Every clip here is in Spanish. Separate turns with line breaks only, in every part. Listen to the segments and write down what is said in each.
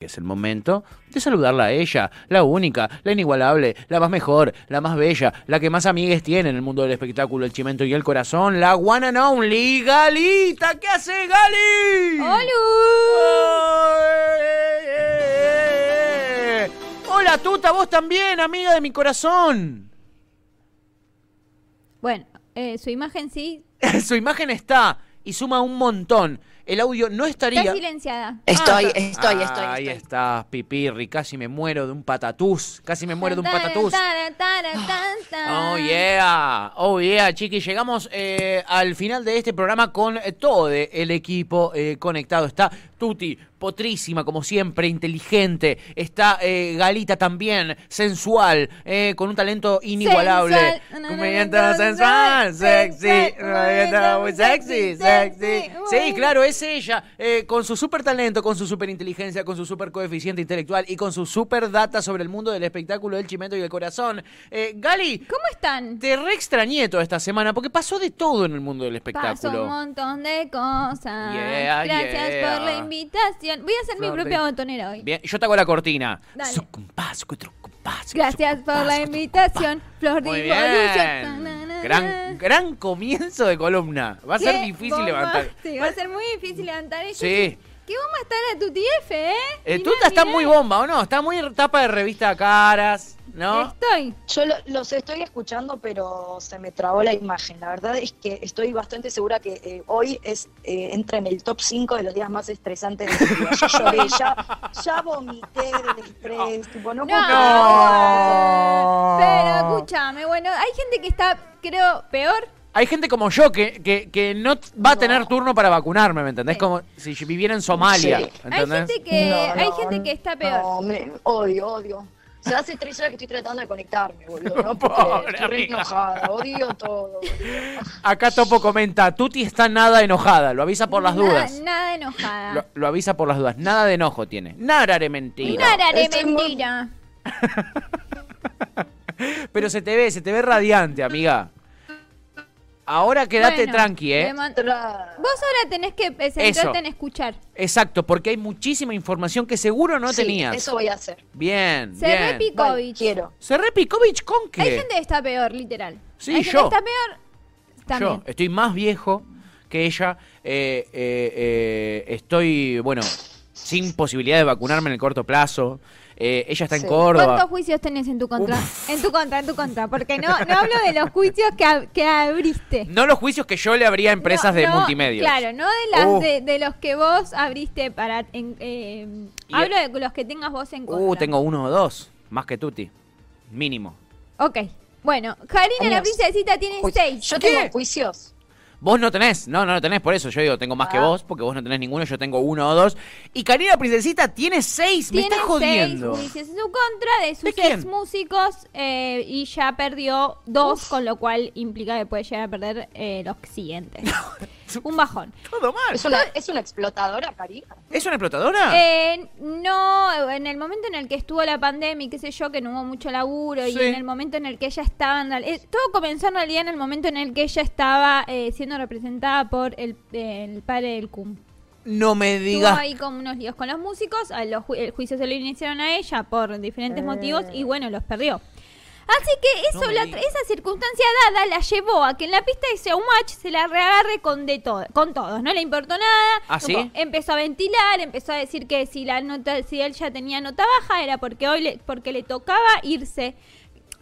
que es el momento de saludarla a ella, la única, la inigualable, la más mejor, la más bella, la que más amigues tiene en el mundo del espectáculo, el chimento y el corazón, la one and only, Galita, ¿qué hace Gali?
¡Hola!
¡Ay, eh, eh, eh! Hola Tuta, vos también, amiga de mi corazón.
Bueno, eh, su imagen sí
Su imagen está y suma un montón. El audio no estaría...
está silenciada.
Estoy,
Ah,
estoy, estoy,
Ahí
estoy.
estás, pipirri. Casi me muero de un patatús. Casi me muero de un
Tara,
patatús.
tara, tara, tan, tan.
Oh yeah, oh yeah, chiqui. Llegamos eh, al final de este programa con eh, todo de- el equipo eh, conectado. Está Tuti, potrísima como siempre, inteligente. Está eh, Galita también, sensual, eh, con un talento inigualable.
Sensual.
Comediante sensual, sexy, comediante muy sexy, sexy. Sí, claro, es ella, eh, con su super talento, con su super inteligencia, con su super coeficiente intelectual y con su super data sobre el mundo del espectáculo del chimento y el corazón. Eh, Gali,
¿Cómo están?
te re extrañé toda esta semana porque pasó de todo en el mundo del
Pasó un
espectáculo.
montón de cosas.
Yeah,
Gracias
yeah.
por la invitación. Voy a hacer mi
Flor de-
propia botonera hoy.
Bien, yo te hago la cortina.
Dale.
Sucumpá, sucutrucumpá,
Gracias por la
sucumpá,
invitación, Flor de
Muy
Involución.
bien. Gran, gran comienzo de columna. Va a ser
Qué
difícil
bomba.
levantar.
Sí, va a ser muy difícil levantar. Y yo
Sí.
dije, ¿Qué bomba estar a tu TF, eh?
Eh,
Mirá,
Tuta está
mirá.
muy bomba, ¿o no? Está muy tapa de revista Caras, ¿no?
Estoy.
Yo lo- los estoy escuchando, pero se me trabó la imagen. La verdad es que estoy bastante segura que eh, hoy es eh, entra en el top 5 de los días más estresantes de mi vida. Yo lloré, ya, ya vomité del estrés. Tipo, no,
No.
puedo
No.
Pero escúchame, bueno, hay gente que está, creo, peor.
Hay gente como yo que, que, que no t- va a
No.
tener turno para vacunarme, ¿me entendés?
Sí.
Como si yo viviera en Somalia,
Sí.
¿entendés?
Hay gente que,
No,
hay
no,
gente que está peor.
No, me- odio, odio. O sea, hace tres horas que estoy tratando de conectarme, boludo. No, Porque
Pobre
estoy re
amiga.
enojada, odio todo. boludo.
Acá Topo comenta, Tuti está nada enojada, lo avisa por las
Nada-
dudas.
Nada enojada.
Lo, lo avisa por las dudas, nada de enojo tiene. Nada de mentira.
Nada de
Estoy muy-
mentira.
Pero se te ve, se te ve radiante, amiga. Ahora quédate
Bueno,
tranqui, ¿eh?
le man-
Tra-
Vos ahora tenés que eh,
Eso.
centrarte en escuchar.
Exacto, porque hay muchísima información que seguro no
Sí,
tenías.
Eso voy a hacer.
Bien,
Se
bien.
repicó.
Vale,
Kovic.
quiero.
¿Cerré Picovich con qué?
Hay gente que está peor, literal.
Sí,
hay gente
yo.
que está peor.
Yo
También.
estoy más viejo que ella. eh, eh, eh, estoy, bueno, sin posibilidad de vacunarme en el corto plazo. eh, ella está en
Sí.
Córdoba.
¿Cuántos juicios tenés en tu contra? En tu contra, en tu contra. Porque no, no hablo de los juicios que, ab- que abriste.
No los juicios que yo le abría a empresas
No,
de
no,
multimedia.
Claro, no de, las,
Uh.
de, de los que vos abriste para... en- eh,
Y-
hablo de los que tengas vos en contra.
Uh, tengo uno o dos. Más que Tuti. Mínimo.
Ok. Bueno, Karina la
Dios.
princesita tiene
Uy,
seis.
Yo
¿Qué?
tengo juicios.
Vos no tenés, no, no, no tenés, por eso yo digo, tengo más que
Ah.
vos, porque vos no tenés ninguno, yo tengo uno o dos. Y Karina Princesita tiene seis,
Tiene
me está jodiendo.
seis juicios en su contra de sus
quién?
ex músicos eh, y ya perdió dos, con lo cual implica que puede llegar a perder eh, los siguientes. Un bajón.
Todo
Ah,
mal.
¿Es una, es una explotadora, Karina?
¿Es una explotadora?
Eh, no, en el momento en el que estuvo la pandemia y qué sé yo, que no hubo mucho laburo,
Sí.
y en el momento en el que ella estaba, en real- eh, todo comenzó en realidad en el momento en el que ella estaba eh, siendo representada por el, el padre del cum.
no me
Tuvo
digas.
ahí como unos líos con los músicos, a los ju- el juicio se lo iniciaron a ella por
Eh.
diferentes motivos y bueno, los perdió. Así que eso,
No me
la-
digas.
esa circunstancia dada la llevó a que en la pista de Showmatch se la reagarre con, de todo, con todos, no le importó nada.
¿Ah, sí?
Como Empezó a ventilar, empezó a decir que si la nota, si él ya tenía nota baja era porque hoy le, porque le tocaba irse.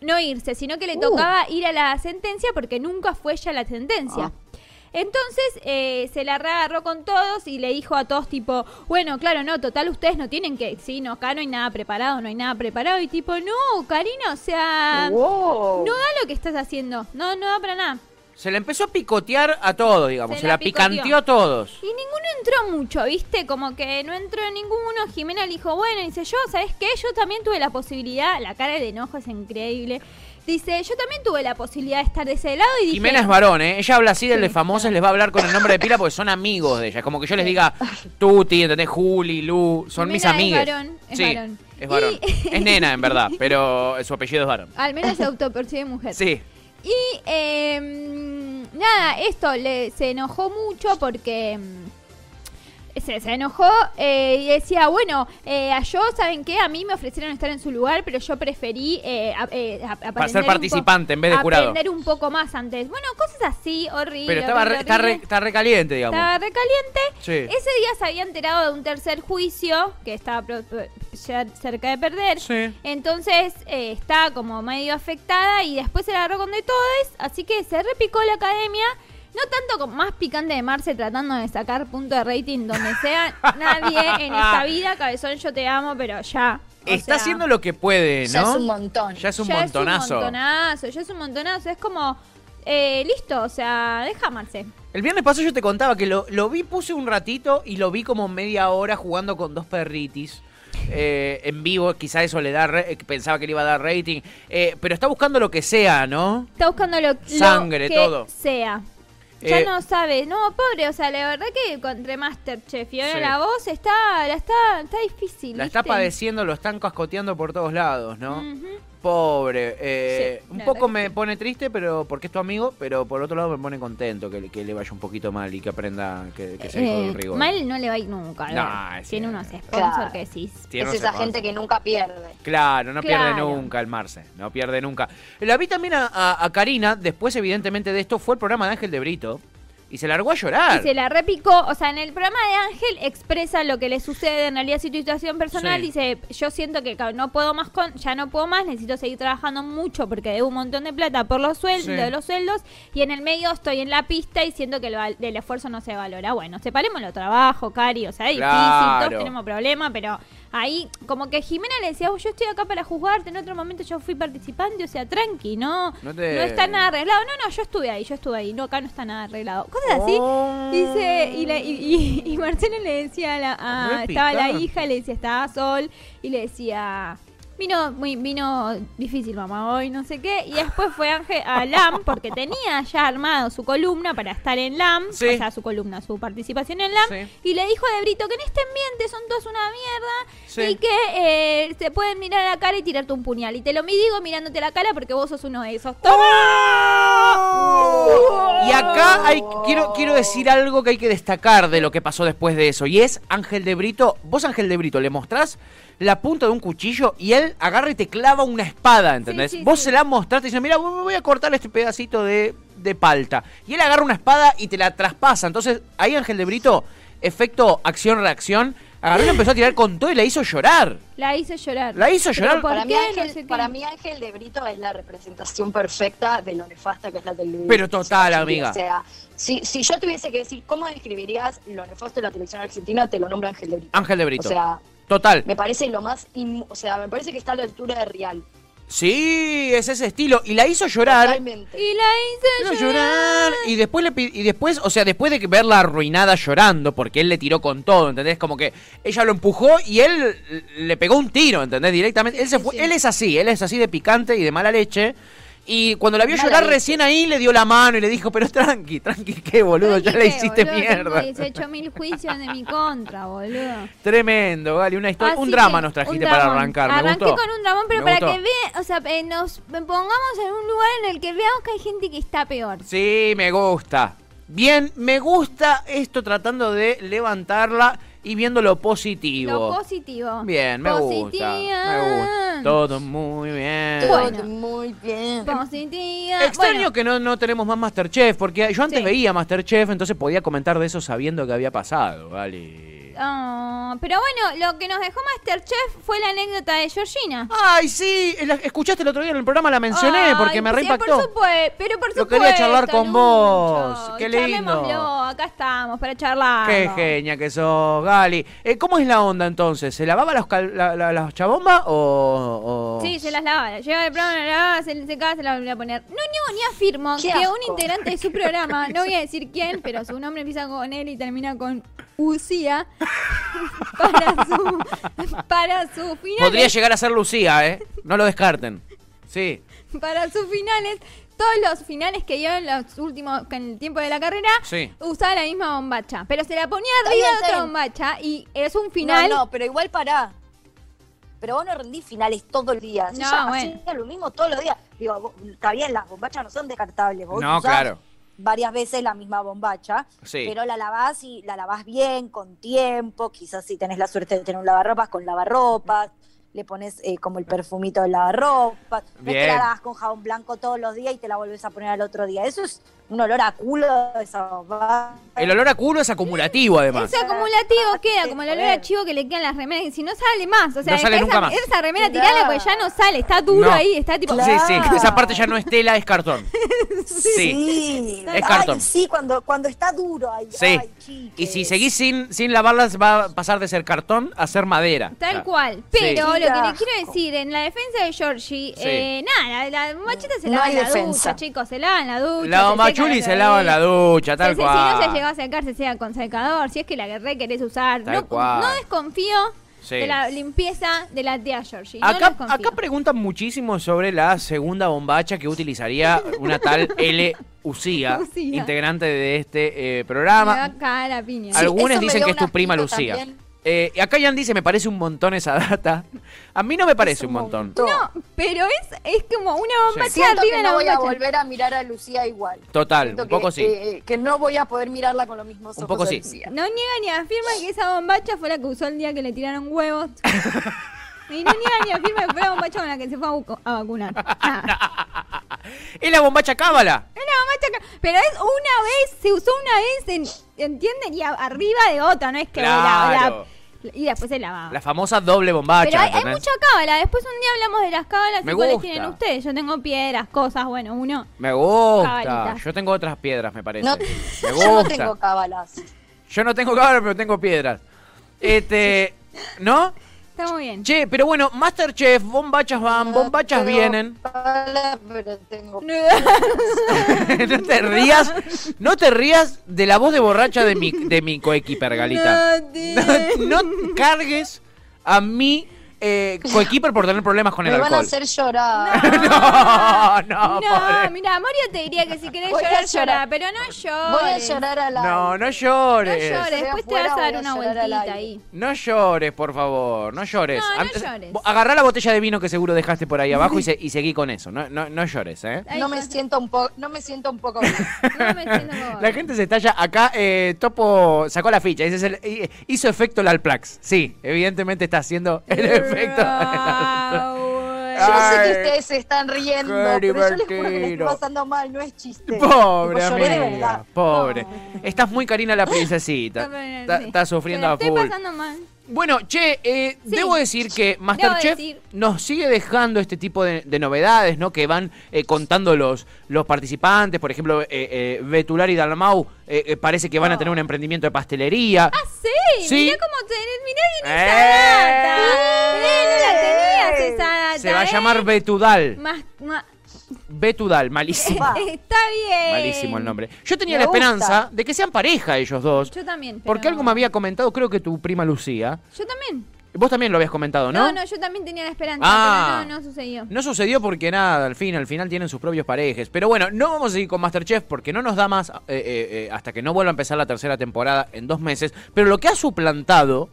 No irse, sino que le
Uh.
tocaba ir a la sentencia porque nunca fue ella a la sentencia.
Ah.
Entonces eh, se la agarró con todos y le dijo a todos tipo, bueno, claro, no, total, ustedes no tienen que, sí, no, acá no hay nada preparado, no hay nada preparado. Y tipo, no, Karina, o sea,
wow.
Ah, no da lo que estás haciendo, no, no da para nada.
Se la empezó a picotear a todos, digamos. Se,
Se
la,
la
picanteó
picoteó.
a todos.
Y ninguno entró mucho, ¿viste? Como que no entró ninguno. Jimena le dijo, bueno, dice yo, ¿sabes qué? Yo también tuve la posibilidad, la cara de enojo es increíble. Dice, yo también tuve la posibilidad de estar de ese lado y dije...
Jimena es varón, ¿eh? Ella habla así de
Sí,
los famosos, les va a hablar con el nombre de pila porque son amigos de ella. Es Como que yo les diga Tuti, ¿entendés? Juli, Lu, son mis
Jimena es
amigas.
varón, es
sí,
varón.
es varón.
Y-
Es nena, en verdad, pero su apellido es varón.
Al menos se autopercibe mujer.
Sí.
Y eh, mm, nada, esto le, se enojó mucho porque mm, em, se, se enojó eh, y decía, bueno, eh, a yo, ¿saben qué? A mí me ofrecieron estar en su lugar, pero yo preferí eh, a- eh, a- aprender
ser
un po-
participante en vez de jurado.
Aprender un poco más antes. Bueno, cosas así, horrible.
Pero estaba re-
horrible,
está, re,
horrible.
está recaliente, digamos.
Estaba recaliente.
Sí.
Ese día se había enterado de un tercer juicio que estaba pro- pro- ya cerca de perder.
Sí.
Entonces eh, estaba como medio afectada y después se la agarró con de todes. Así que se repicó la academia. No tanto con más picante de Marce tratando de sacar punto de rating donde sea nadie en esta vida. Cabezón, yo te amo, pero ya. O
Está
sea,
haciendo lo que puede, ¿Eh, ¿no?
Ya es un montón.
Ya es un
ya
montonazo.
Es un montonazo, ya es un montonazo. Es como, eh, listo, o sea, deja a Marce.
El viernes pasado yo te contaba que lo, lo vi, puse un ratito y lo vi como media hora jugando con dos perritis. eh, en vivo, quizá eso le da. re- eh, pensaba que le iba a dar rating. eh, pero está buscando lo que sea, ¿no?
Está buscando lo, lo
Sangre,
que
todo.
sea. Ya
Eh,
no sabe, no, pobre, o sea, la verdad que contra Masterchef y ahora
Sí.
la voz está, la está, está difícil.
La está
¿viste?
padeciendo, lo están cascoteando por todos lados, ¿no?
Ujú.
Pobre. eh,
Sí,
un
la
poco
verdad que
me pone triste, pero porque es tu amigo, pero por otro lado me pone contento que, le- que le vaya un poquito mal y que aprenda que, que se dijo
Eh,
del rigor.
mal no le va a ir nunca. la
No,
verdad.
es
Tiene
cierto.
unos sponsors
Claro.
que decís.
Tiene
es
unos
esa
hermanos.
gente que nunca pierde.
Claro, no pierde
Claro.
nunca el Marce, no pierde nunca. La vi también a, a- a Karina, después evidentemente de esto, fue el programa de Ángel de Brito y se largó a llorar.
Y se la repicó. O sea, en el programa de Ángel expresa lo que le sucede en realidad su situación personal.
Sí.
Dice, yo siento que ca- no puedo más con, ya no puedo más, necesito seguir trabajando mucho porque debo un montón de plata por los sueldos,
Sí.
de los sueldos, y en el medio estoy en la pista y siento que el val- del esfuerzo no se valora. Bueno, separemos los trabajos, Cari, o sea, es difícil,
Claro.
todos tenemos problemas, pero ahí, como que Jimena le decía, "Oh, yo estoy acá para juzgarte, en otro momento yo fui participante, o sea, tranqui, no,
No te-
no está nada arreglado. No, no, yo estuve ahí, yo estuve ahí, no, acá no está nada arreglado. Cosas así.
Oh.
Dice, y, la- y- y- y Marcelo le decía a la. a-
Re
estaba la
picante.
hija, le decía, estaba Sol, y le decía. Vino, muy, vino difícil mamá hoy, no sé qué. Y después fue Ángel a LAM, porque tenía ya armado su columna para estar en LAM.
Sí.
O sea, su columna, su participación en LAM.
Sí.
Y le dijo a De Brito que en este ambiente son todos una mierda.
Sí.
Y que eh, te pueden mirar a la cara y tirarte un puñal. Y te lo digo mirándote la cara porque vos sos uno de esos. ¡Toma! ¡Oh!
Y acá hay, quiero, quiero decir algo que hay que destacar de lo que pasó después de eso. Y es Ángel de Brito. Vos, Ángel de Brito, le mostrás la punta de un cuchillo y él agarra y te clava una espada, ¿entendés?
Sí, sí,
vos
sí.
se la mostraste y dices, mira, voy a cortar este pedacito de, de palta. Y él agarra una espada y te la traspasa. Entonces, ahí Ángel de Brito, efecto acción-reacción, agarró y empezó a tirar con todo y la hizo llorar.
La hice llorar.
La hizo
Pero
llorar.
¿por
Para mí,
qué? No
Ángel,
sé qué.
para mí Ángel de Brito es la representación perfecta de lo nefasta que es la televisión.
Pero total, amiga.
O sea, si, si yo tuviese que decir cómo describirías lo nefasto de la televisión argentina, te lo nombro Ángel de Brito.
Ángel de Brito.
O sea,
Total.
me parece lo más... inmu- o sea, me parece que está a la altura de Real.
Sí, es ese estilo. Y la hizo llorar.
Totalmente.
Y la
Quiero
hice llorar.
llorar. Y después le pi- y después, o sea, después de que verla arruinada llorando, porque él le tiró con todo, ¿entendés? Como que ella lo empujó y él le pegó un tiro, ¿entendés? Directamente. Él se
sí,
fue,
sí.
él es así, él es así de picante y de mala leche. Y cuando la vio
Mala
llorar
leche.
recién ahí, le dio la mano y le dijo, pero tranqui, tranqui, qué boludo, ya
Tranqui,
la
que,
hiciste
boludo,
mierda.
Tengo 18 mil juicios de mi contra, boludo.
Tremendo, Gali, una historia,
Así
un drama
que,
nos
un
trajiste para
dramón.
arrancar, me
Arranqué
gustó.
con un dramón, pero
Me
para
gustó.
que ve, o sea, eh, nos pongamos en un lugar en el que veamos que hay gente que está peor.
Sí, me gusta. Bien, me gusta esto tratando de levantarla y viendo lo positivo.
Lo positivo.
Bien, me gusta. Me gusta. Todo muy bien.
Todo
Bueno.
Muy bien.
Positiva.
Extraño
Bueno,
que no, no tenemos más Masterchef, porque yo antes
Sí.
veía Masterchef, entonces podía comentar de eso sabiendo que había pasado, ¿vale?
ah, pero bueno, lo que nos dejó Masterchef fue la anécdota de Georgina.
¡Ay, sí! eh, La- escuchaste el otro día en el programa, la mencioné, porque
Ay,
me
sí,
reimpactó.
Por supue- pero por
Lo quería
supuesto,
charlar con
Lucho.
vos. Qué lindo.
Charlémoslo, acá estamos para charlar.
¡Qué genia que sos, Gali! Eh, ¿Cómo es la onda entonces? ¿Se lavaba las, cal- la, la- las chabombas o, o-
Sí, se las lavaba. Llega el programa, la lavaba, se le secaba, se la volvía a poner. No, no, ni afirmo que
Qué asco.
un integrante de su programa, no voy a decir quién, pero su nombre empieza con él y termina con Ucía, para su, para su
Podría
finales,
llegar a ser Lucía, ¿eh? No lo descarten. Sí.
para sus finales, todos los finales que dio en los últimos, en el tiempo de la carrera,
Sí.
usaba la misma bombacha, pero se la ponía
Está
arriba
bien,
de
está
otra
bien.
bombacha y es un final.
No, no, pero igual pará. Pero vos no rendís finales todo el día.
Días.
No,
Ella
bueno.
hacía lo mismo todos los días. Digo, vos- está bien, las bombachas no son descartables. Vos
No,
usás
claro.
varias veces la misma bombacha,
Sí.
pero la lavás y la lavás bien, con tiempo, quizás si tenés la suerte de tener un lavarropas, con lavarropas, le pones eh, como el perfumito del lavarropas, no es que
Bien.
la lavas con jabón blanco todos los días y te la volvés a poner al otro día. Eso es un olor a culo, esa bombacha.
El olor a culo es acumulativo, además.
Ese acumulativo queda
Sí,
como el olor
joder.
a chivo que le quedan las remeras y si no sale más, o sea,
No sale
esa,
nunca más.
esa remera tirala porque ya no sale, está duro
No.
ahí, está tipo ¡ah!
Sí, sí.
Claro.
Esa parte ya no es tela, es cartón. Sí.
Sí,
Es cartón.
Ay, sí cuando, cuando está duro. Ay,
Sí.
ay, chiques.
Y si seguís sin, sin lavarlas, va a pasar de ser cartón a ser madera.
Tal
Ya.
cual.
Sí.
Pero lo que
Qué
le quiero decir, en la defensa de Georgie, eh, nada, la, la machita se
No
lava
hay
en la
defensa.
ducha, chicos, se lava en la ducha. se
La
seca
machuli se
bebé.
lava en la ducha, tal
Si- si-
cual.
Si no se llegó a secar, se seca con secador, si es que la que re querés usar.
Tal
No,
cual.
no desconfío
Sí.
de la limpieza de la tía Georgie.
Acá,
no desconfío.
acá preguntan muchísimo sobre la segunda bombacha que utilizaría una tal L. Ucía,
Ucía.
integrante de este eh,
Me va
programa.
a cagar la piña.
Sí,
Algunos
eso me
dicen
dio
que es
un
tu prima
asquito
Lucía.
también.
Eh, y acá Jan dice, me parece un montón esa data. A mí no me parece un montón.
No, pero es, es como una
Sí.
bomba que
Siento
arriba
que
de la
no voy a
bombacha.
volver a mirar a Lucía igual.
Total,
Siento
un poco
que,
sí.
eh, eh, que no voy a poder mirarla con los mismos
Un
ojos.
poco
de
sí.
Lucía.
No niega ni afirma que esa bombacha fue la que usó el día que le tiraron huevos. Y no niega ni afirma que fue la bombacha con la que se fue a, vacu- a vacunar. Ah,
Es la bombacha cábala.
es la bombacha que- Pero es una vez, se usó una vez, en- ¿entienden? Y a- arriba de otra, no es que
Claro.
la- la- y después se lavaba.
La famosa doble bombacha.
Pero hay, hay
¿entendés?
mucha cábala. Después un día hablamos de las cábalas
Me
y cuáles
gusta.
tienen ustedes. Yo tengo piedras, cosas, bueno, uno.
Me gusta.
Cabalitas.
Yo tengo otras piedras, me parece.
No-
me gusta.
Yo no tengo cábalas.
Yo no tengo cábala, pero tengo piedras. Este, ¿no?
Está muy bien.
Che, pero bueno, Masterchef, bombachas van, bombachas
Tengo
vienen.
cábala, pero tengo-
no te rías, no te rías de la voz de borracha de mi, de mi coequiper, Galita.
No, tío.
No, cargues a mi eh, coequiper por tener problemas con el
Me van a
alcohol.
hacer llorar.
No, no,
No,
pobre.
mira, Moria te diría que si querés
Voy a
llorar, llora,
llorar.
pero no llores.
Voy a llorar a la.
No, no
No
llores.
llores,
Estoy
después te
afuera,
vas a dar
voy a
una
llorar al
vueltita
aire.
ahí.
No llores, por favor, no llores.
No, no
Antes-
llores.
Agarrá la botella de vino que seguro dejaste por ahí abajo y, se- y seguí con eso. No, no, no llores, ¿eh?
Ay,
No me
cosa-
siento un poco, no me siento un poco bien.
no me siento como-
La gente se estalla. Acá eh, Topo sacó la ficha. Ese es el- eh, hizo efecto el Alplax. Sí, evidentemente está haciendo el efecto.
Ah,
Yo
bueno.
sé
Ay,
que ustedes se están riendo,
qué
pero yo les juro que me
divertido.
estoy pasando mal, no es chiste.
Pobre
Tipo, lloré de
amiga,
verdad.
pobre. Estás muy carina la princesita. Está, está sufriendo a
Pero
full.
Estoy pasando mal.
Bueno, che, eh, debo decir que Masterchef
decir.
nos sigue dejando este tipo de, de novedades, ¿no? Que van eh, contando los, los participantes. Por ejemplo, eh, eh, Betular y Dalmau eh, eh, parece que van a tener un emprendimiento de pastelería.
Oh. Ah, sí,
Sí.
mirá cómo tenés, mirá bien esa
¡Eh!
data. Eh, no la tenías esa data.
Se va a
eh.
llamar Betudal.
Más- más-
Betudal, malísimo.
Va.
Está bien.
Malísimo el nombre. Yo tenía
Me
la esperanza
gusta.
de que sean pareja ellos dos.
Yo también.
Porque
pero-
algo me había comentado, creo que tu prima Lucía.
Yo también.
Vos también lo habías comentado,
No, no, yo también tenía la esperanza,
Ah.
pero no, no sucedió.
No sucedió porque nada, al fin, al final tienen sus propios parejes. Pero bueno, no vamos a seguir con Masterchef porque no nos da más eh, eh, eh, hasta que no vuelva a empezar la tercera temporada en dos meses. Pero lo que ha suplantado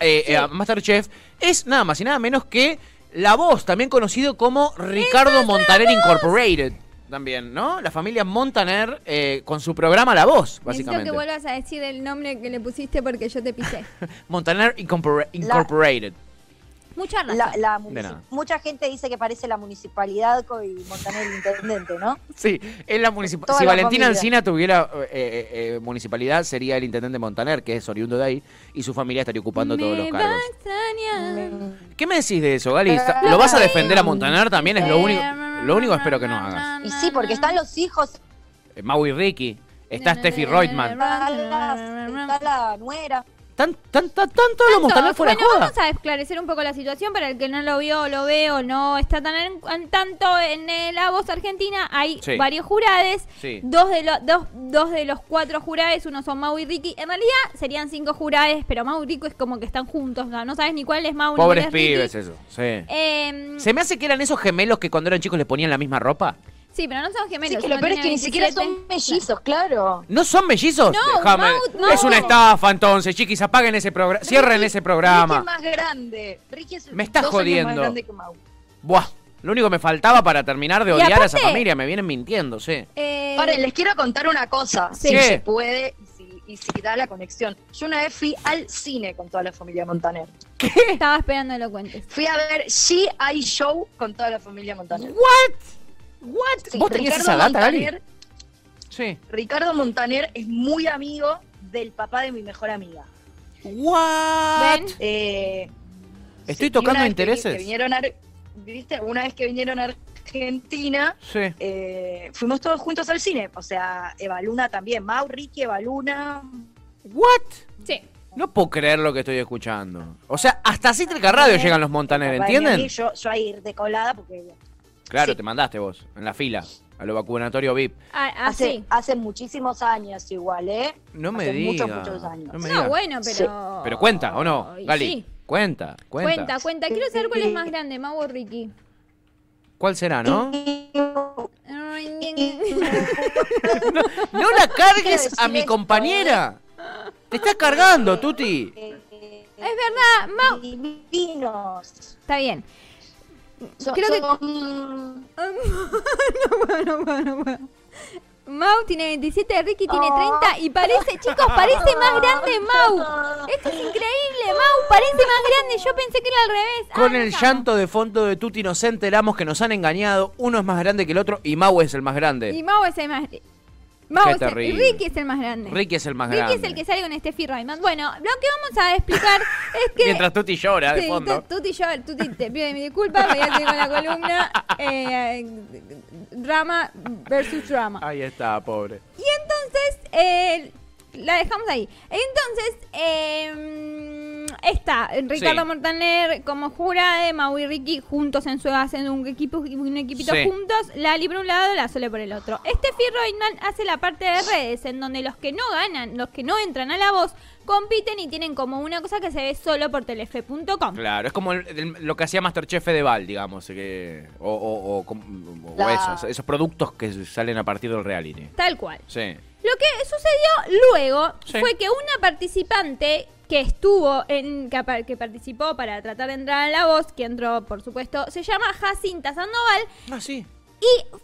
eh, eh, a Masterchef es nada más y nada menos que La Voz, también conocido como Ricardo Montaner Incorporated. También, ¿no? La familia Montaner eh, con su programa La Voz,
Necesito
básicamente.
que vuelvas a decir el nombre que le pusiste porque yo te pisé.
Montaner Incorpora- Incorporated.
Mucha razón.
La, la
De nada.
mucha gente dice que parece la municipalidad co- y Montaner el intendente, ¿no?
Sí, es la municipalidad.
Toda
Si
la
Valentina
familia.
Alcina tuviera eh, eh, eh, municipalidad, sería el intendente Montaner, que es oriundo de ahí, y su familia estaría ocupando todos los
Me va a
cargos.
extrañar.
¿Qué me decís de eso, Gali? ¿Lo vas a defender a Montaner también? Es lo único, lo único que espero que no hagas.
Y sí, porque están los hijos,
Eh, Mau y Ricky, está Steffi Reutemann.
está la, está la nuera.
Tan, tan, tan, tan todos los Montaner fuera de
bueno,
joda.
vamos a esclarecer un poco la situación para el que no lo vio, lo veo, no está tan en- en tanto en eh, la voz argentina. Hay
Sí.
varios jurades,
Sí.
dos, de los dos, dos de los cuatro jurades, uno son Mau y Ricky. En realidad serían cinco jurades, pero Mau y Ricky es como que están juntos, no, No sabes ni cuál es Mau ni
Pobres
cuál es Ricky.
pibes, eso. Sí.
Eh,
¿Se me hace que eran esos gemelos que cuando eran chicos les ponían la misma ropa?
sí, pero no son gemelos.
Sí, que lo
uno
peor es
tiene
que ni siquiera
27.
son mellizos, claro.
¿No son mellizos?
No,
Déjame-
Mau- no.
Es una estafa entonces, chiquis, apaguen ese programa, cierren ese
Ricky
programa.
es más grande. Ricky es
Me estás
dos años
jodiendo.
más grande que Mau.
Buah, Lo único que me faltaba para terminar de
Y
odiar a esa
aparte-
familia, me vienen mintiendo, sí.
Eh,
Paren, les quiero contar una cosa,
Sí.
si
¿Qué?
se puede y si, y si da la conexión. Yo una vez fui al cine con toda la familia Montaner.
Estaba esperando que lo cuentes.
Fui a ver G.I. Show con toda la familia Montaner.
¿What? ¿What?
Sí,
¿Vos tenías
Ricardo
esa data, Lali?
Montaner,
Sí.
Ricardo Montaner es muy amigo del papá de mi mejor amiga.
¿What?
Ven.
Eh,
Estoy
sí, y
tocando
una vez que vi-
intereses.
que vinieron a Ar- ¿viste? Una vez que vinieron a Argentina,
Sí.
eh, fuimos todos juntos al cine. O sea, Evaluna también. Mau, Ricky, Evaluna.
¿What?
Sí.
No puedo creer lo que estoy escuchando. O sea, hasta Cítrica Radio llegan los Montaner,
papá de mi
¿entienden?
amiga, eh. Yo, yo ahí de colada porque
Claro,
Sí.
te mandaste vos, en la fila, al vacunatorio VIP.
Ah,
hace,
Así.
hace muchísimos años igual, ¿eh?
No me
Hace
digas.
Muchos, muchos años.
No me
No,
digas.
bueno, pero.
Pero cuenta, ¿o no?
Y
Gali,
sí.
cuenta, cuenta,
Cuenta, cuenta. Quiero saber cuál es más grande, Mau o Ricky.
¿Cuál será, no?
Pero
No la cargues a
decir
¿eh?
mi
esto,
compañera. Te está cargando, Tuti.
Eh,
Es
verdad, Mau-
Eh, Divinos.
Está bien.
Son-
Creo que-
son-
Bueno, bueno, bueno. Mau tiene 27, Ricky tiene
Oh.
30 y parece, chicos, parece más grande Mau. Esto es increíble, Mau, parece más grande. Yo pensé que era al revés. Ah,
Con el
no.
llanto de fondo de Tuti nos enteramos que nos han engañado. Uno es más grande que el otro y Mau es el más
Y
grande.
Mau es el más. Mau
Qué
es el-
terrible.
Ricky es el más grande.
Ricky es el más
Ricky
grande.
es el que sale con Steffi Rayman. Bueno, lo que vamos a explicar es que.
Mientras Tuti llora de
Sí,
fondo.
tu- Tuti, yo, Tuti, te pido mi disculpa, voy a seguir con la columna. eh, drama versus drama.
Ahí está, pobre.
Y entonces, eh, la dejamos ahí. Entonces, eh, está Ricardo
Sí.
Montaner como jurado, Mau y Ricky juntos en su hacen un equipo un equipito
Sí.
juntos, Lali por un lado, la Sole por el otro. Este Royman hace la parte de redes, en donde los que no ganan, los que no entran a la voz, compiten y tienen como una cosa que se ve solo por telefe.com.
Claro, es como el- el- lo que hacía Masterchef Edeval, digamos. que- o o- o com- o
La-
esos, esos productos que salen a partir del reality.
Tal cual.
Sí.
Lo que sucedió luego
Sí.
fue que una participante que estuvo en que, par- que participó para tratar de entrar a la voz, que entró por supuesto, se llama Jacinta Sandoval
Ah, sí.
y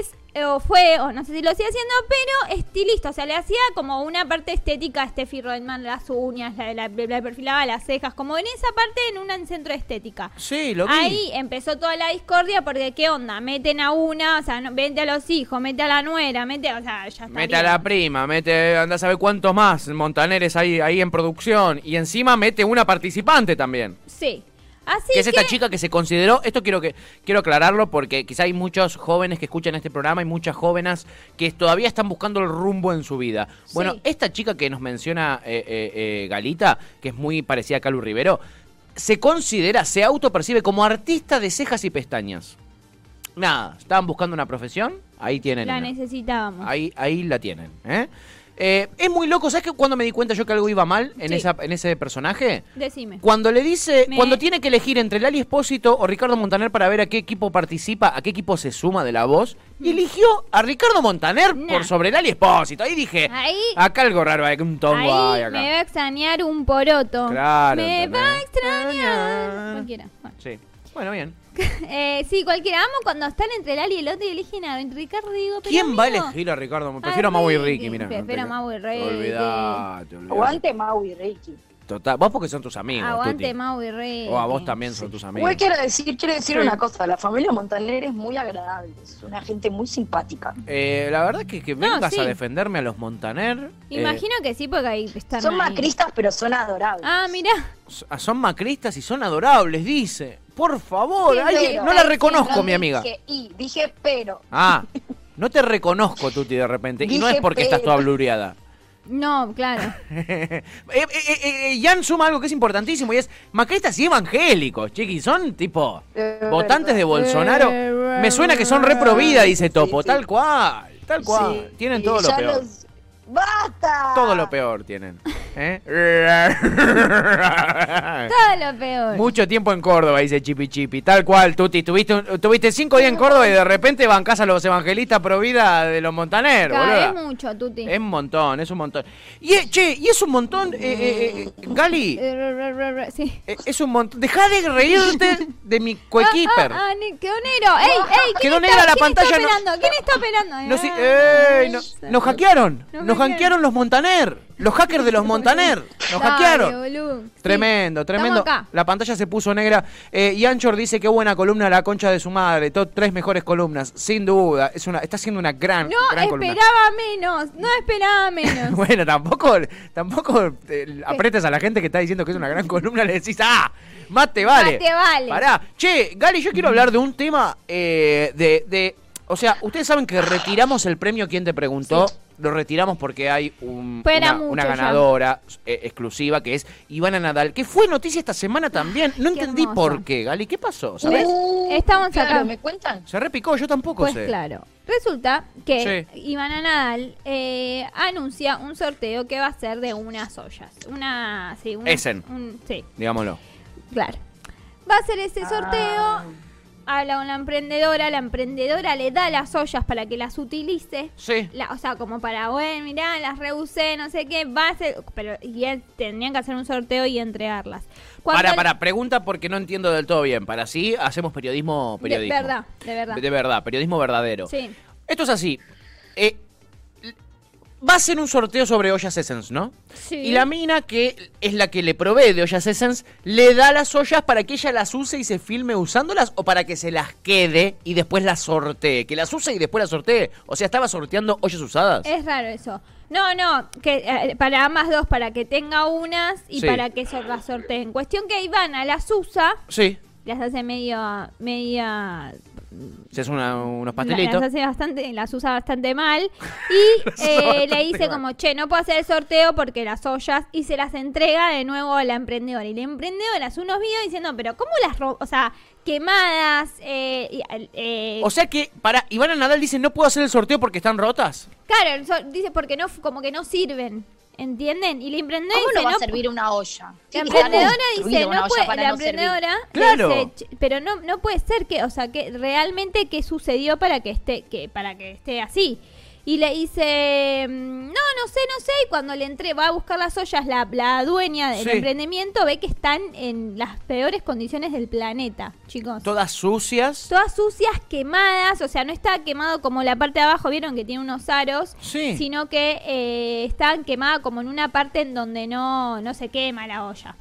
es eh, o fue, o no sé si lo sigue haciendo, pero estilista, o sea, le hacía como una parte estética a Steffi Rodman, las uñas, la, la- la perfilaba las cejas, como en esa parte en un centro de estética.
Sí, lo vi.
Ahí empezó toda la discordia porque qué onda, meten a una, o sea, no- vete a los hijos, mete a la nuera, mete, o sea, ya está.
Mete a la prima, mete, anda a saber cuántos más montaneres hay ahí en producción. Y encima mete una participante también.
Sí. Así
que es esta
que-
chica que se consideró, esto quiero que quiero aclararlo porque quizá hay muchos jóvenes que escuchan este programa y muchas jóvenes que todavía están buscando el rumbo en su vida. Bueno,
Sí.
esta chica que nos menciona eh, eh, eh, Galita, que es muy parecida a Calu Rivero, se considera, se autopercibe como artista de cejas y pestañas. Nada, estaban buscando una profesión, ahí tienen.
La
una.
necesitábamos.
Ahí, ahí la tienen. ¿eh? Eh, es muy loco, ¿sabes que cuando me di cuenta yo que algo iba mal en,
Sí.
esa, en ese personaje?
Decime.
Cuando le dice,
Me-
cuando tiene que elegir entre Lali Espósito o Ricardo Montaner para ver a qué equipo participa, a qué equipo se suma de la voz, y eligió a Ricardo Montaner
Mm. Nah.
por sobre Lali Espósito. Ahí dije,
Ahí-
acá algo raro, hay un tongo hay
Ahí
Ah, acá.
me va a extrañar un poroto.
Claro,
Me
¿entendés?
va a extrañar.
Extrañar.
Cualquiera. Bueno.
Sí. Bueno, bien.
Eh, sí, cualquiera. Amo cuando están entre Lali y el otro y eligen a Ricardo. y Digo, pero
¿Quién va a
amigo,
elegir a Ricardo? Prefiero a Mau y Ricky,
Ricky,
mira.
prefiero a Mau y Ricky.
Olvidate, olvidate.
Aguante Mau y Ricky.
Total, vos porque son tus amigos.
Aguante,
Tuti.
Mau y Rey.
O a vos también son tus amigos.
Igual quiero decir, quiero decir una cosa, la familia Montaner es muy agradable, es una gente muy simpática.
Eh, la verdad que, que
No,
vengas
sí.
a defenderme a los Montaner. eh,
Imagino que sí, porque ahí están.
Son
ahí.
macristas, pero son adorables.
Ah, mirá.
s- son macristas y son adorables, dice. Por favor,
Sí,
alguien-
pero-
no la
Sí,
reconozco,
no
mi amiga.
Dije y, dije pero.
Ah, no te reconozco, Tuti, de repente. y no es
Dije,
porque estás
pero-
toda blureada.
No, claro.
Eh, eh, eh, eh, Jan suma algo que es importantísimo y es macristas y evangélicos, chiqui, son tipo
Eh,
votantes de
verdad.
Bolsonaro.
Eh,
Me suena que son reprovida, dice Topo,
sí.
tal cual, tal cual.
Sí,
Tienen
y
todo lo
ya
peor.
los- ¡Basta!
Todo lo peor tienen. ¿Eh?
Todo lo peor.
Mucho tiempo en Córdoba, dice Chipi Chipi. Tal cual, Tuti. Tuviste, un- tuviste cinco días en Córdoba y de repente bancás a los evangelistas pro vida de los montaneros,
Cada
boluda.
vez mucho, Tuti.
Es un montón, es un montón. Y, eh, che, y es un montón, eh, eh, eh, Gali,
Eh, re, re, re, re, Sí.
eh, es un montón. Deja de reírte de mi
Ah,
coequiper.
ah, ah, ne- quedó negro. ¡Ey, ey! ¿Quién
Quedó
está,
negra la
¿quién está
pantalla, no-
operando? ¿Quién está operando?
No, sí,
Ah,
ey, no- nos hackearon.
Nos
Nos hackearon
hackearon.
los Montaner. Los hackers de los Montaner. Nos
Dale,
hackearon.
boludo. Sí.
Tremendo, tremendo.
Estamos acá.
La pantalla se puso negra. Eh, y Anchor dice qué buena columna la concha de su madre. Top tres mejores columnas, sin duda. Es una, está siendo una gran,
No
gran columna.
esperaba menos. No esperaba menos.
Bueno, tampoco, tampoco eh, apretes a la gente que está diciendo que es una gran columna, le decís, ah, mate vale.
Más te vale.
Pará. Che, Gali, yo quiero hablar de un tema eh, de, de- O sea, ustedes saben que retiramos el premio Quien te preguntó. Lo retiramos porque hay un-
Pero era
una,
mucho
una
ya.
ganadora eh, exclusiva que es Ivana Nadal, que fue noticia esta semana también. No
Qué
entendí
hermoso.
por qué, Gali. ¿Qué pasó? ¿Sabés?
Uh,
Estamos
claro,
acá.
¿Me cuentan?
Se repicó, yo tampoco
Pues
sé.
claro. Resulta que Ivana Nadal eh, anuncia un sorteo que va a ser de unas ollas. Una. Sí, una.
Essen.
un- sí,
Digámoslo.
claro. Va a ser ese sorteo. Habla con la emprendedora. La emprendedora le da las ollas para que las utilice.
Sí.
La- o sea, como para, bueno, mirá, las rehusé, no sé qué, va a ser. Pero y él- tendrían que hacer un sorteo y entregarlas. Cuando
Para,
él-
para, pregunta porque no entiendo del todo bien. Para sí, hacemos periodismo,
De
periodismo.
verdad, de verdad.
De verdad, periodismo verdadero.
Sí.
Esto es así. Eh, l- va a ser un sorteo sobre ollas Essence, ¿no?
Sí.
Y la mina que es la que le provee de ollas Essence, le da las ollas para que ella las use y se filme usándolas o para que se las quede y después las sortee. Que las use y después las sortee. O sea, estaba sorteando ollas usadas.
Es raro eso. No, no, que eh, para ambas dos, para que tenga unas y
Sí.
para que se las sorteen. Cuestión que Ivana las usa,
Sí.
las hace media, media,
Se hace una- unos
las
pastelitos.
hace bastante, las usa bastante mal y
Las usa
eh, le
bastante
dice
mal.
como, che, no puedo hacer el sorteo porque las ollas y se las entrega de nuevo a la emprendedora y la emprendedora hace unos videos diciendo, pero cómo las, ro- o sea, quemadas, eh, y, al- eh,
O sea que, para, Ivana Nadal dice, no puedo hacer el sorteo porque están rotas.
claro, el so- dice porque no, como que no sirven. ¿Entienden? Y la emprendedora
¿Cómo no
dice,
va a
no,
servir una olla?
La
Sí,
emprendedora
¿cómo
dice,
construir una
no
olla
puede,
para
la
no servir?
emprendedora
Claro.
dice, "Ch- pero no, no puede ser que, o sea, que realmente qué sucedió para que esté, que para que esté así. Y le dice, mm, no, no sé, no sé, y cuando le entré, va a buscar las ollas, la, la dueña del
Sí.
emprendimiento ve que están en las peores condiciones del planeta, chicos.
Todas sucias.
Todas sucias, quemadas, o sea, no está quemado como la parte de abajo, vieron que tiene unos aros,
Sí.
sino que eh, están quemadas como en una parte en donde no, no se quema la olla.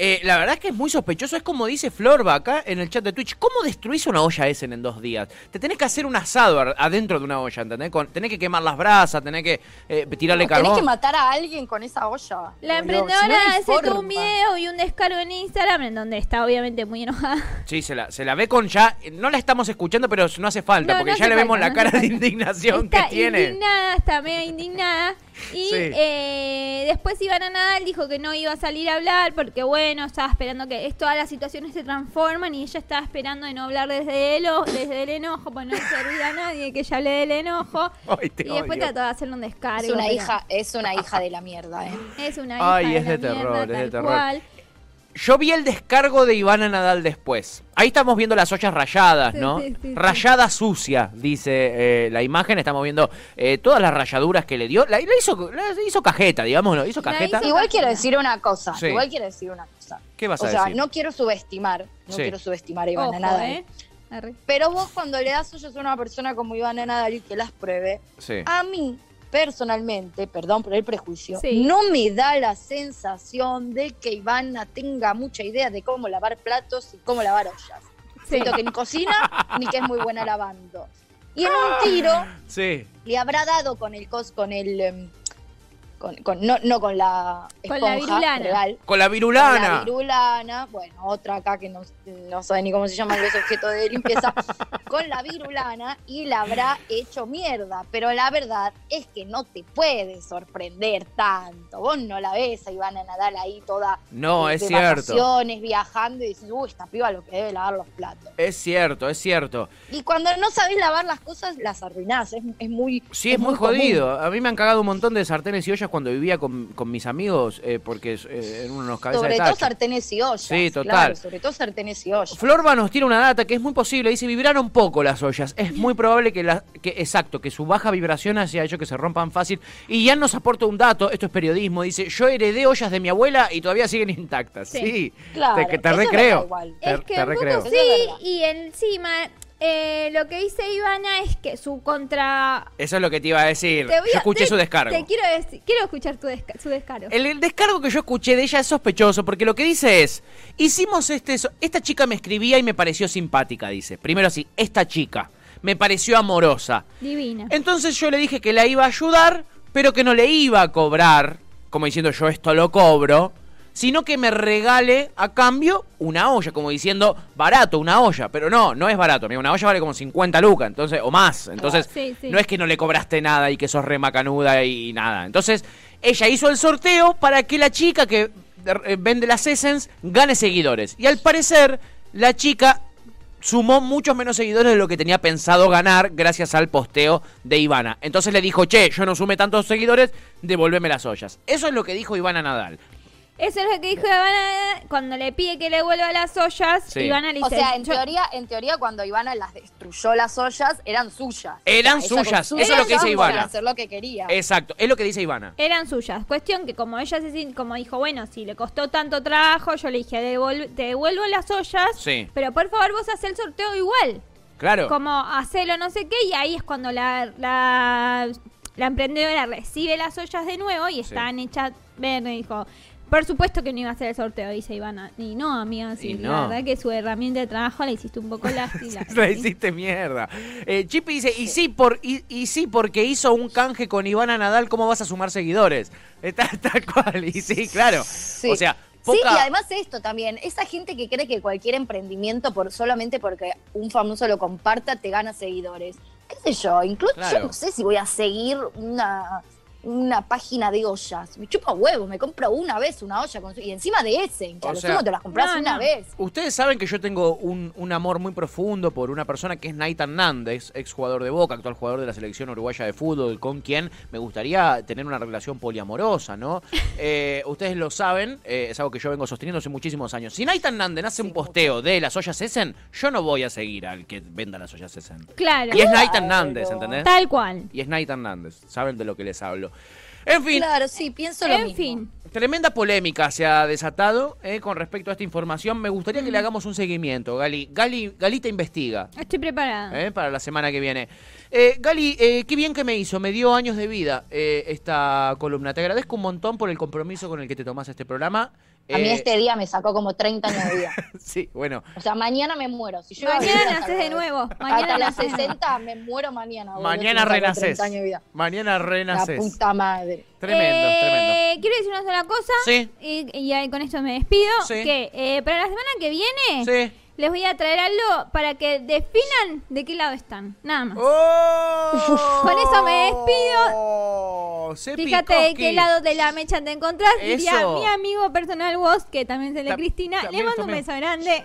Eh, la verdad es que es muy sospechoso. Es como dice Florba acá en el chat de Twitch. ¿Cómo destruís una olla Essen en dos días? Te tenés que hacer un asado ar- adentro de una olla, ¿entendés? Con- tenés que quemar las brasas, tenés que eh, tirarle
Tenés que
carbón.
matar a alguien con esa olla.
La
boludo,
emprendedora
si no hay
hace todo un
forma.
video y un descargo en Instagram en donde está obviamente muy enojada.
Sí, se la, se la ve con ya... No la estamos escuchando, pero no hace falta,
No,
porque
no
ya
hace
le vemos
falta,
la
no
cara
hace
de
falta.
indignación
está
que tiene.
indignada, está medio indignada. Y
Sí.
eh, después Ivana Nadal dijo que no iba a salir a hablar porque bueno, estaba esperando que es- todas las situaciones se transforman y ella estaba esperando de no hablar desde el, o- desde el enojo, pues no servir a nadie que ella hable del enojo.
Ay, te
y después
odio.
trató de hacerle un descargo.
Es una
pero
hija, es una hija de la mierda, eh.
Es una hija.
Ay,
de
es
la
de terror,
mierda,
es de
tal
terror.
cual.
Yo vi el descargo de Ivana Nadal después. Ahí estamos viendo las ollas rayadas,
Sí,
¿no?
sí, sí, sí.
Rayada sucia, dice eh, la imagen. Estamos viendo eh, todas las rayaduras que le dio. La, la hizo, la hizo cajeta, digámoslo. Hizo
La
cajeta.
hizo-
Igual quiero decir una cosa.
Sí.
Igual quiero decir una cosa.
¿Qué vas
o
a
sea,
decir?
no quiero subestimar, no
Sí.
quiero subestimar a Ivana
Ojo,
Nadal.
¿eh? Arre.
Pero vos cuando le das ollas a una persona como Ivana Nadal y que las pruebe,
Sí.
a mí personalmente, perdón por el prejuicio,
Sí.
no me da la sensación de que Ivana tenga mucha idea de cómo lavar platos y cómo lavar ollas.
Sí.
Siento que ni cocina ni que es muy buena lavando. Y en un tiro
Sí.
le habrá dado con el cos, con el em, con, con- no, no con la
Con
esponja
la virulana.
real,
Con la
con
virulana.
La virulana, bueno, otra acá que no, no sabe ni cómo se llaman los objetos de limpieza, con la virulana y la habrá hecho mierda. Pero la verdad es que no te puede sorprender tanto. Vos no la ves a Ivana Nadal ahí toda
No,
eh,
es
de
cierto.
vacaciones, viajando y dices, uy, esta piba lo que debe lavar los platos.
Es cierto, es cierto.
Y cuando no sabés lavar las cosas, las arruinás. Es, es muy.
Sí, es, muy
común.
jodido. A mí me han cagado un montón de sartenes y ollas ollas cuando vivía con, con mis amigos, eh, porque eh, eran unos cabezas
Sobre
de
todo
tacho.
sartenes y ollas.
Sí, total.
claro, sobre todo sartenes y ollas.
Florba nos tira una data que es muy posible, dice, vibraron poco las ollas. Es muy probable que, la, que exacto, que su baja vibración haya hecho que se rompan fácil. Y Ian nos aporta un dato, esto es periodismo, dice, yo heredé ollas de mi abuela y todavía siguen intactas. Sí,
Sí.
Claro,
te, te
eso es verdad
recreo.
igual.
Te,
Es que
te
un
recreo.
poco
Eso es verdad.
sí, y encima eh, lo que dice Ivana es que su contra...
Eso es lo que te iba a decir.
Te voy
yo
a-
escuché
te-
su descargo. Eh,
Te quiero, decir- quiero escuchar tu desca- su descaro.
El, el descargo que yo escuché de ella es sospechoso porque lo que dice es, hicimos este, so- esta chica me escribía y me pareció simpática, dice. Primero así, esta chica me pareció amorosa.
Divina.
Entonces yo le dije que la iba a ayudar, pero que no le iba a cobrar, como diciendo yo esto lo cobro, sino que me regale a cambio una olla, como diciendo barato, una olla. Pero no, no es barato, amigo, una olla vale como 50 lucas, entonces, o más. Entonces,
Sí, sí.
no es que no le cobraste nada y que sos re macanuda y nada. Entonces, ella hizo el sorteo para que la chica que eh, vende las Essence gane seguidores. Y al parecer, la chica sumó muchos menos seguidores de lo que tenía pensado ganar gracias al posteo de Ivana. Entonces le dijo, che, yo no sumé tantos seguidores, devolveme las ollas. Eso es lo que dijo Ivana Nadal.
Eso es lo que dijo Ivana cuando le pide que le vuelva las ollas.
Sí.
Ivana le
O
dice...
sea, en
"Yo-
teoría, en teoría cuando Ivana las destruyó las ollas, eran suyas.
Eran
O sea, ella
suyas,
con
eso es lo que
ollas
dice
podía
Ivana.
hacer lo que quería.
Exacto, es lo que dice Ivana.
Eran suyas. Cuestión que como ella se sin- como dijo, bueno, si le costó tanto trabajo, yo le dije, "Devol- te devuelvo las ollas,
Sí.
pero por favor vos hacés el sorteo igual.
Claro.
Como hacelo no sé qué, y ahí es cuando la, la, la emprendedora recibe las ollas de nuevo y están hechas verde, dijo. Por supuesto que no iba a hacer el sorteo, dice Ivana. Y no, amiga, sí,
Y
la
no.
verdad que su herramienta de trabajo la hiciste un poco lástima.
La hiciste mierda. Eh, Chippy dice, y sí, por, y, y sí, porque hizo un canje con Ivana Nadal, ¿cómo vas a sumar seguidores? Está tal cual, y sí, claro.
Sí.
O sea,
Sí,
poca...
y además esto también, esa gente que cree que cualquier emprendimiento por solamente porque un famoso lo comparta te gana seguidores. ¿Qué sé yo? Incluso
Claro.
yo no sé si voy a seguir una, una página de ollas. Me chupa huevos, me compro una vez una olla con su- y encima de ese, que
O
a lo
sea-
sumo te las compras
No,
una
no.
vez.
Ustedes saben que yo tengo un, un amor muy profundo por una persona que es Nait Hernández, ex jugador de Boca, actual jugador de la selección uruguaya de fútbol, con quien me gustaría tener una relación poliamorosa, ¿no? Eh, ustedes lo saben, eh, es algo que yo vengo sosteniendo hace muchísimos años. Si Nait Hernández hace un posteo de las ollas Essen, yo no voy a seguir al que venda las ollas Essen.
Claro,
Y es Nait Hernández,
¿Eh?
¿entendés?
tal cual.
Y es Nait Hernández, saben de lo que les hablo. En fin,
Claro, sí, pienso lo
En
mismo.
fin.
Tremenda polémica se ha desatado eh, con respecto a esta información. Me gustaría que le hagamos un seguimiento, Gali. Gali Galita investiga
Estoy
Ah.
preparada.
eh, para la semana que viene. Eh, Gali, eh, qué bien que me hizo. Me dio años de vida eh, esta columna. Te agradezco un montón por el compromiso con el que te tomás este programa.
A mí
Eh,
este día me sacó como 30 años de vida.
Sí, bueno.
O sea, mañana me muero. Si yo
Mañana
hasta
naces de
los-
nuevo.
hasta
Mañana
los
naces.
60 me muero mañana. boludo,
Mañana
si me sacó
renaces.
30 años de vida.
Mañana
La
renaces.
puta madre.
Tremendo,
Eh,
tremendo.
Quiero decir una sola cosa.
Sí.
Y, y ahí con esto me despido.
Sí.
Que eh, para la semana que viene
Sí.
les voy a traer algo para que definan de qué lado están. Nada más.
¡Oh!
Con eso me despido.
Oh, Sepi
Fíjate de
Koski.
qué lado de la mecha te encontrás. Diría
Eso.
mi amigo personal vos, que también se le
Ta-
Cristina.
también,
Le mando un
también.
beso grande.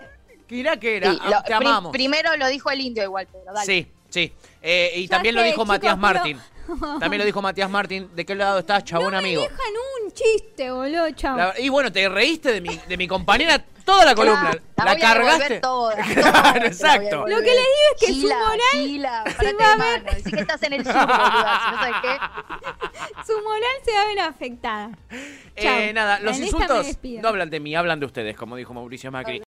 Mirá que era.
Sí, lo-
te
pri-
amamos.
Primero lo dijo el indio igual, pero dale.
Sí, sí. Eh, y
Ya
también lo
sé,
dijo
chicos,
Matías
pero-
Martín. También lo dijo Matías Martín. ¿De qué lado estás, chabón amigo?
Dejan un chiste, boludo, chao.
La- y bueno, te reíste de mi, de mi compañera toda la columna.
Claro,
la
voy a
cargaste.
devolver toda, toda,
Claro,
te la
exacto.
voy a
Lo que le
devolver.
digo es que su
Gila,
moral
Gila,
se
parate
va a
de
ver-
mano, Decí que estás en el sur, boluda. Si no sabes qué.
Su moral se va a ver afectada.
Eh,
Chao.
nada, los
En esta me
insultos
despido.
no hablan de mí, hablan de ustedes, como dijo Mauricio Macri.